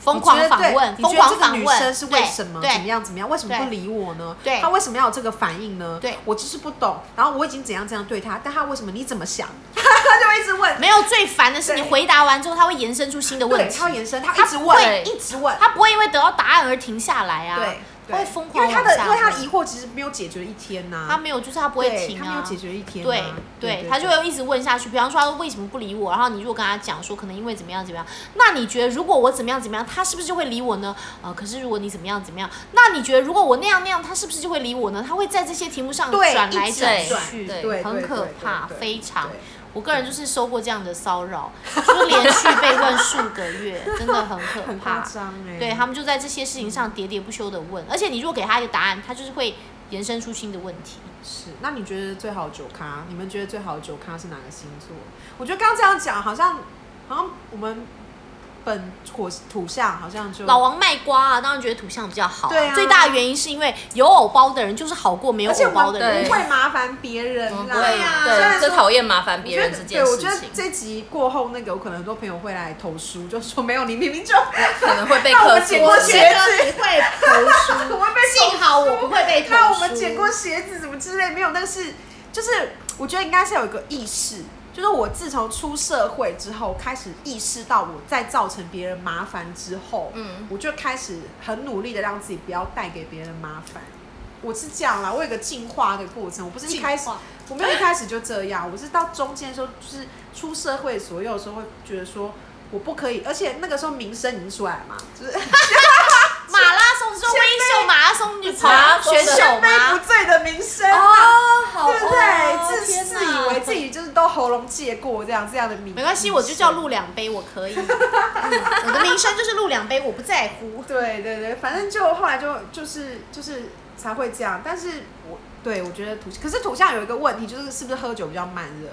[SPEAKER 3] 疯狂
[SPEAKER 2] 你觉得
[SPEAKER 3] 访问，
[SPEAKER 2] 对你
[SPEAKER 3] 疯
[SPEAKER 2] 觉得
[SPEAKER 3] 狂
[SPEAKER 2] 这个
[SPEAKER 3] 访
[SPEAKER 2] 女
[SPEAKER 3] 问，
[SPEAKER 2] 生是为什么
[SPEAKER 3] 对
[SPEAKER 2] 怎么样怎么样？为什么
[SPEAKER 3] 对
[SPEAKER 2] 不理我呢？
[SPEAKER 3] 对
[SPEAKER 2] 她为什么要有这个反应呢？
[SPEAKER 3] 对
[SPEAKER 2] 我就是不懂。然后我已经怎样怎样对她，但她为什么？你怎么想？ 他就一直问
[SPEAKER 3] 对，没有最烦的是你
[SPEAKER 2] 对
[SPEAKER 3] 回答完之后，他会延伸出新的问
[SPEAKER 2] 对，
[SPEAKER 3] 题
[SPEAKER 2] 她，会延伸，她
[SPEAKER 3] 她
[SPEAKER 2] 一直
[SPEAKER 4] 会
[SPEAKER 2] 问，一直问，
[SPEAKER 3] 他不会因为得到答案而停下来啊，
[SPEAKER 2] 对，
[SPEAKER 3] 他会疯
[SPEAKER 2] 因
[SPEAKER 3] 狂
[SPEAKER 2] 为他
[SPEAKER 3] 往
[SPEAKER 2] 的
[SPEAKER 3] 下
[SPEAKER 2] 因为他
[SPEAKER 3] 问。
[SPEAKER 2] 疑惑其实没有解决一天呐、
[SPEAKER 3] 他没有，就是他不会
[SPEAKER 2] 对
[SPEAKER 3] 停
[SPEAKER 2] 他没有
[SPEAKER 3] 啊。
[SPEAKER 2] 解决一天、啊，
[SPEAKER 3] 对对，他就
[SPEAKER 2] 对
[SPEAKER 3] 会一直问下去。比方说，他为什么不理我？然后你如果跟他讲说，可能因为怎么样怎么样，那你觉得如果我怎么样怎么样，他是不是就会理我呢？呃，可是如果你怎么样怎么样，那你觉得如果我那样那样，他是不是就会理我呢？他会在这些题目上
[SPEAKER 2] 对
[SPEAKER 3] 转来
[SPEAKER 2] 一直
[SPEAKER 3] 转
[SPEAKER 2] 转
[SPEAKER 3] 去，
[SPEAKER 4] 对
[SPEAKER 2] 对
[SPEAKER 3] 很
[SPEAKER 2] 对
[SPEAKER 3] 可
[SPEAKER 2] 对
[SPEAKER 3] 怕，
[SPEAKER 2] 对对
[SPEAKER 3] 非常
[SPEAKER 2] 对。
[SPEAKER 3] 我个人就是受过这样的骚 扰，就是连续被问数个月，真的很可
[SPEAKER 2] 很夸。
[SPEAKER 3] 怕
[SPEAKER 2] 张哎，
[SPEAKER 3] 对他们就在这些事情上喋喋不休的问，而且你如果给他一个答案，他就是会延伸出新的问题。
[SPEAKER 2] 是。那你觉得最好的酒咖？你们觉得最好的酒咖是哪个星座？我觉得刚刚这样讲，好像好像我们本火土象好像就
[SPEAKER 3] 老王卖瓜啊，当然觉得土象比较好、
[SPEAKER 2] 对啊
[SPEAKER 3] 最大的原因是因为有偶包的人就是好过没有
[SPEAKER 2] 而且
[SPEAKER 3] 偶
[SPEAKER 2] 我
[SPEAKER 3] 包
[SPEAKER 2] 们
[SPEAKER 3] 的
[SPEAKER 4] 对
[SPEAKER 3] 人
[SPEAKER 2] 不。会麻烦别人啦，
[SPEAKER 3] 啊
[SPEAKER 2] 虽然
[SPEAKER 4] 对，最
[SPEAKER 2] 说
[SPEAKER 4] 讨厌麻烦
[SPEAKER 2] 我
[SPEAKER 4] 别
[SPEAKER 2] 觉
[SPEAKER 4] 人
[SPEAKER 2] 得
[SPEAKER 4] 这件事
[SPEAKER 2] 对，我觉得，
[SPEAKER 4] 情
[SPEAKER 2] 这集过后，那个有可能很多朋友会来投诉，就说没有你明明就
[SPEAKER 4] 可能会被
[SPEAKER 2] 那我
[SPEAKER 4] 克
[SPEAKER 2] 们
[SPEAKER 4] 诉
[SPEAKER 2] 剪。过去，
[SPEAKER 1] 觉得你会投书
[SPEAKER 2] 我会被投诉
[SPEAKER 1] 幸 好我不会被投
[SPEAKER 2] 那我
[SPEAKER 1] 诉
[SPEAKER 2] 们捡过鞋子什么之类，没有，那个是就是我觉得应该是有一个意识，就是我自从出社会之后，开始意识到我在造成别人麻烦之后，嗯
[SPEAKER 4] 嗯，
[SPEAKER 2] 我就开始很努力的让自己不要带给别人麻烦。我是这样啦，我有一个进化的过程，我不是一开始
[SPEAKER 3] 进化，
[SPEAKER 2] 我没有一开始就这样，我是到中间的时候，就是出社会左右的时候，会觉得说我不可以，而且那个时候名声已经出来了嘛， 就是
[SPEAKER 3] 马拉松是微秀马拉松女跑
[SPEAKER 4] 马拉松
[SPEAKER 3] 选
[SPEAKER 4] 的
[SPEAKER 3] 手
[SPEAKER 2] 杯不
[SPEAKER 3] 吗？
[SPEAKER 2] 醉的名声啊
[SPEAKER 4] 哦，好
[SPEAKER 2] 对不对？
[SPEAKER 4] 哦
[SPEAKER 2] 自
[SPEAKER 4] 天哪
[SPEAKER 2] 自以为自己就是都喉咙借过这样这样的名，
[SPEAKER 3] 没关系，我就叫录两杯，我 可以。嗯我的名声就是录两杯，我不在乎。
[SPEAKER 2] 对对对，反正就后来就就是就是才会这样。但是我对我觉得土，可是土象有一个问题，就是是不是喝酒比较慢热？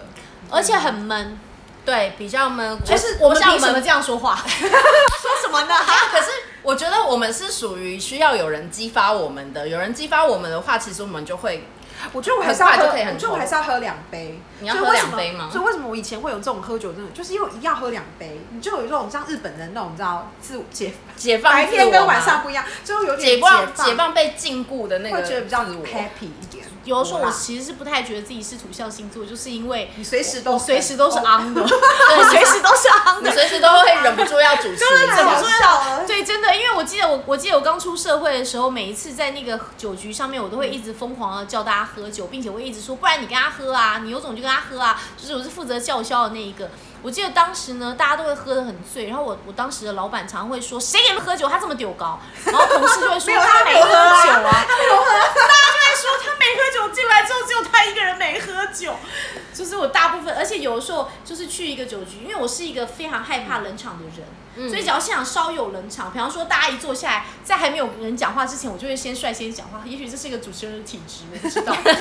[SPEAKER 3] 而且很闷，
[SPEAKER 4] 对比较闷，
[SPEAKER 3] 就是
[SPEAKER 4] 我
[SPEAKER 3] 我们
[SPEAKER 4] 像
[SPEAKER 3] 凭什么这样说 话？
[SPEAKER 4] 说什么呢？可是我觉得我们是属于需要有人激发我们的，有人激发我们的话，其实我们就会
[SPEAKER 2] 我觉得我还是要
[SPEAKER 4] 很
[SPEAKER 2] 喝，
[SPEAKER 4] 快就可以很
[SPEAKER 2] 我觉得我还是要喝两杯。
[SPEAKER 4] 你要
[SPEAKER 2] 所以
[SPEAKER 4] 喝
[SPEAKER 2] 为什
[SPEAKER 4] 两
[SPEAKER 2] 么
[SPEAKER 4] 杯吗
[SPEAKER 2] 所以为什么我以前会有这种喝酒这种，就是因为我一定要喝两杯，你就有一种像日本人那种，你知道自解
[SPEAKER 4] 解放
[SPEAKER 2] 白天
[SPEAKER 4] 自
[SPEAKER 2] 跟
[SPEAKER 4] 我嘛
[SPEAKER 2] 晚上不一样，就有点
[SPEAKER 4] 解
[SPEAKER 2] 放
[SPEAKER 4] 放解放被禁锢的那个
[SPEAKER 2] 会觉得比较
[SPEAKER 4] 自我
[SPEAKER 2] happy 一点。
[SPEAKER 3] 有的时候
[SPEAKER 2] 我
[SPEAKER 3] 我
[SPEAKER 2] 啦
[SPEAKER 3] 其实是不太觉得自己是土象星座，就是因为
[SPEAKER 2] 你随时都
[SPEAKER 3] 我随时都是
[SPEAKER 2] 啊，
[SPEAKER 3] 昂的，对，随时都是昂
[SPEAKER 4] 你
[SPEAKER 3] 的。
[SPEAKER 4] 随时都会忍不住 要主持。
[SPEAKER 2] 太好笑了。
[SPEAKER 3] 对，真的，因为我记得我，我记得我刚出社会的时候，每一次在那个酒局上面，我都
[SPEAKER 2] 嗯
[SPEAKER 3] 会一直疯狂的叫大家喝酒，并且我一直说，不然你跟他喝啊，你有种就跟他喝啊，就是我是负责叫嚣的那一个。我记得当时呢，大家都会喝得很醉，然后我我当时的老板常会说，谁给你们喝酒？他这么丢高，然后同事就会说
[SPEAKER 2] 没有
[SPEAKER 3] 他
[SPEAKER 2] 他没
[SPEAKER 3] 没
[SPEAKER 2] 有
[SPEAKER 3] 喝
[SPEAKER 2] 喝啊
[SPEAKER 3] 酒啊，他没有喝，大家就会说他没喝酒，进来之后只有他一个人没喝酒。就是我大部分，而且有的时候就是去一个酒局，因为我是一个非常害怕冷场的人，
[SPEAKER 2] 嗯
[SPEAKER 3] 所以只要现场稍有冷场，比方说大家一坐下来，在还没有人讲话之前，我就会先率先讲话。也许这是一个主持人的体质，我不知 道。但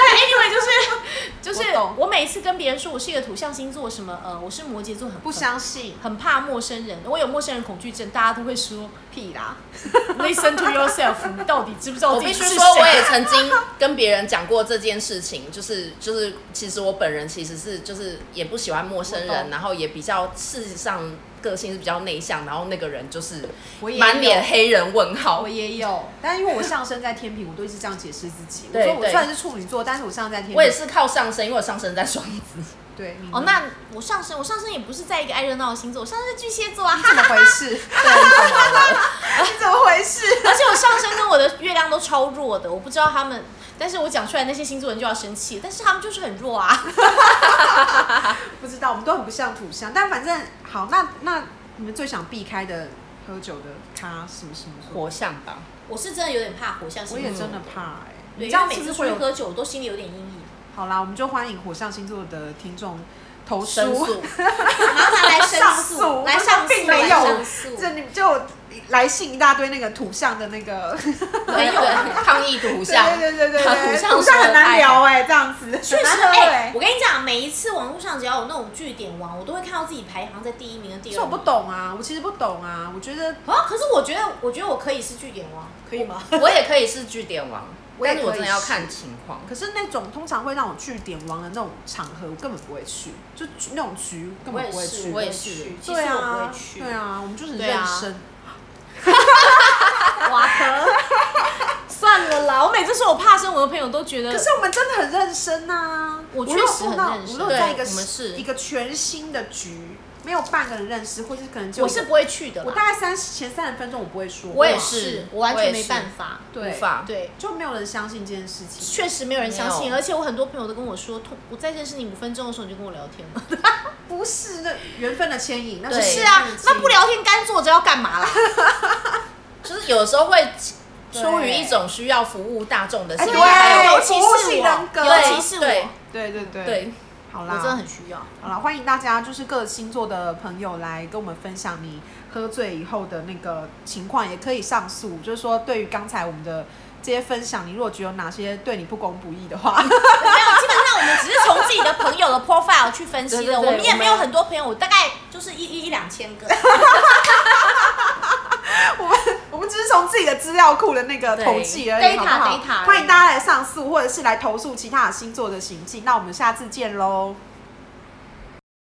[SPEAKER 3] anyway 就是就是
[SPEAKER 2] 我懂
[SPEAKER 3] 我每次跟别人说我是一个土象星座，什么呃我是摩羯座，很
[SPEAKER 2] 不相信，
[SPEAKER 3] 很怕陌生人，我有陌生人恐惧症，大家都会说屁啦 ，Listen to yourself，你到底知不知道
[SPEAKER 4] 我
[SPEAKER 3] 自
[SPEAKER 4] 必
[SPEAKER 3] 己
[SPEAKER 4] 须
[SPEAKER 3] 是
[SPEAKER 4] 说，我也
[SPEAKER 3] 谁？
[SPEAKER 4] 曾经跟别人讲过这件事情，就是就是，其实我本人其实是就是也不喜欢陌生
[SPEAKER 3] 我
[SPEAKER 4] 人，
[SPEAKER 3] 懂
[SPEAKER 4] 然后也比较事实上个性是比较内向，然后那个人就是
[SPEAKER 2] 我也有
[SPEAKER 4] 满脸黑人问号
[SPEAKER 2] 我。也有，但因为我上升在天平，我都一直这样解释自己。我
[SPEAKER 4] 对
[SPEAKER 2] 说我
[SPEAKER 4] 对
[SPEAKER 2] 虽然是处女座，但是我上升在天平，
[SPEAKER 4] 我也是靠上升，因为我上升在双子，
[SPEAKER 2] 对。你呢
[SPEAKER 3] 哦，那我上升，我上升也不是在一个爱热闹的星座，我上升是巨 蟹座啊，
[SPEAKER 2] 你
[SPEAKER 3] 哈
[SPEAKER 2] 怎
[SPEAKER 3] 哈
[SPEAKER 2] 么回 事？ 你怎么回事？
[SPEAKER 3] 而且我上升跟我的月亮都超弱的，我不知道他们，但是我讲出来那些星座人就要生气，但是他们就是很弱啊。
[SPEAKER 2] 不知道，我们都很不像土象，但反正好，那那你们最想避开的喝酒的咖是不是？
[SPEAKER 4] 火象吧。
[SPEAKER 3] 我是真的有点怕火象
[SPEAKER 2] 我
[SPEAKER 3] 星
[SPEAKER 2] 也
[SPEAKER 3] 座，
[SPEAKER 2] 真的怕哎、你
[SPEAKER 3] 对，因
[SPEAKER 2] 这
[SPEAKER 3] 为
[SPEAKER 2] 样
[SPEAKER 3] 每
[SPEAKER 2] 是不
[SPEAKER 3] 次
[SPEAKER 2] 是
[SPEAKER 3] 出
[SPEAKER 2] 会
[SPEAKER 3] 去
[SPEAKER 2] 有
[SPEAKER 3] 喝酒，我都心里有点阴影。
[SPEAKER 2] 好啦，我们就欢迎火象星座的听众投
[SPEAKER 4] 申
[SPEAKER 2] 诉
[SPEAKER 4] 诉，
[SPEAKER 3] 然后他来 申
[SPEAKER 2] 上诉
[SPEAKER 3] 诉，来上诉，
[SPEAKER 2] 并没有
[SPEAKER 3] 来上诉，
[SPEAKER 2] 这你就来信一大堆那个土象的那个，
[SPEAKER 3] 没有
[SPEAKER 4] 对抗议土象，
[SPEAKER 2] 对对对对
[SPEAKER 4] 土
[SPEAKER 2] 对，
[SPEAKER 4] 象
[SPEAKER 2] 土象
[SPEAKER 4] 说
[SPEAKER 2] 很难
[SPEAKER 4] 爱
[SPEAKER 2] 聊哎、这样子，
[SPEAKER 3] 确
[SPEAKER 2] 确
[SPEAKER 3] 实，
[SPEAKER 2] 哎、
[SPEAKER 3] 哎、我跟你讲，每一次网络上只要有那种据点王，我都会看到自己排行在第一名的第
[SPEAKER 2] 其
[SPEAKER 3] 二
[SPEAKER 2] 实
[SPEAKER 3] 名。
[SPEAKER 2] 我不懂啊，我其实不懂啊，我觉得
[SPEAKER 3] 啊，可是我觉得，我觉得我可以是据点王，可以吗？
[SPEAKER 4] 我也可以是据点王，
[SPEAKER 2] 我也
[SPEAKER 4] 但
[SPEAKER 2] 可以
[SPEAKER 4] 是我真的要看情况。
[SPEAKER 2] 可是那种通常会让我去点王的那种场合，我根本不会去，就那种局根
[SPEAKER 3] 我
[SPEAKER 2] 本
[SPEAKER 3] 也
[SPEAKER 2] 不会
[SPEAKER 3] 是，
[SPEAKER 2] 去。
[SPEAKER 3] 我也
[SPEAKER 4] 去
[SPEAKER 3] 是，其实
[SPEAKER 2] 对
[SPEAKER 3] 我不
[SPEAKER 2] 啊
[SPEAKER 3] 会，去。
[SPEAKER 2] 对啊，我们就是很
[SPEAKER 3] 对啊
[SPEAKER 2] 认真。
[SPEAKER 3] 瓦壳， 算了啦，我每次说我怕生，我的朋友都觉得
[SPEAKER 2] 可是我们真的很认真呐、
[SPEAKER 3] 啊我
[SPEAKER 2] 如
[SPEAKER 3] 确
[SPEAKER 2] 果
[SPEAKER 3] 实
[SPEAKER 2] 碰
[SPEAKER 3] 很
[SPEAKER 2] 到
[SPEAKER 3] 认
[SPEAKER 2] 无
[SPEAKER 3] 真
[SPEAKER 2] 论在
[SPEAKER 4] 对
[SPEAKER 2] 一个
[SPEAKER 4] 我们是
[SPEAKER 2] 一个全新的局，没有半个人认识，或者是可能就
[SPEAKER 3] 我是不会去的啦。
[SPEAKER 2] 我大概三十前三十分钟我不会说，
[SPEAKER 3] 我也
[SPEAKER 4] 我也
[SPEAKER 3] 是
[SPEAKER 4] 是，
[SPEAKER 3] 我完全
[SPEAKER 4] 我
[SPEAKER 3] 没
[SPEAKER 4] 也是
[SPEAKER 3] 办法。
[SPEAKER 2] 对
[SPEAKER 4] 无法
[SPEAKER 3] 对，
[SPEAKER 2] 就没有人相信这件事情。
[SPEAKER 3] 确实没有人相
[SPEAKER 4] 没
[SPEAKER 3] 信，
[SPEAKER 4] 有
[SPEAKER 3] 而且我很多朋友都跟我说，通我在认识你五分钟的时候你就跟我聊 天了。
[SPEAKER 2] 不是那缘分的牵引，那
[SPEAKER 4] 对
[SPEAKER 2] 是
[SPEAKER 3] 是啊
[SPEAKER 2] 缘分的，牵
[SPEAKER 3] 那
[SPEAKER 2] 引
[SPEAKER 3] 不聊天干坐着要干嘛啦？
[SPEAKER 4] 就是有时候会
[SPEAKER 2] 对
[SPEAKER 4] 出于一种需要服务大众的心
[SPEAKER 2] 哎
[SPEAKER 4] 态，还
[SPEAKER 2] 对
[SPEAKER 4] 有
[SPEAKER 3] 尤其
[SPEAKER 2] 服务
[SPEAKER 3] 是
[SPEAKER 2] 性人格
[SPEAKER 3] 我，尤其是
[SPEAKER 4] 对
[SPEAKER 3] 我，
[SPEAKER 2] 对对对，
[SPEAKER 4] 对，
[SPEAKER 2] 好
[SPEAKER 3] 我
[SPEAKER 2] 啦，
[SPEAKER 3] 真的很需要。
[SPEAKER 2] 好了，欢迎大家就是各星座的朋友来跟我们分享你喝醉以后的那个情况，也可以上诉，就是说对于刚才我们的这些分享，你如果觉得有哪些对你不公不义的话，
[SPEAKER 3] 没有，基本上我们只是从自己的朋友的 profile 去分析
[SPEAKER 4] 对对
[SPEAKER 3] 的，
[SPEAKER 4] 对
[SPEAKER 3] 我们也
[SPEAKER 4] 我们
[SPEAKER 3] 没有很多朋友，我大概就是一一一两千个。
[SPEAKER 2] 我们我们只是从自己的资料库的那个
[SPEAKER 4] 对
[SPEAKER 2] 统计而已，
[SPEAKER 3] data，
[SPEAKER 2] 好不好
[SPEAKER 3] data 而已
[SPEAKER 2] 欢迎大家来上诉，或者是来投诉其他的星座的行径。那我们下次见喽，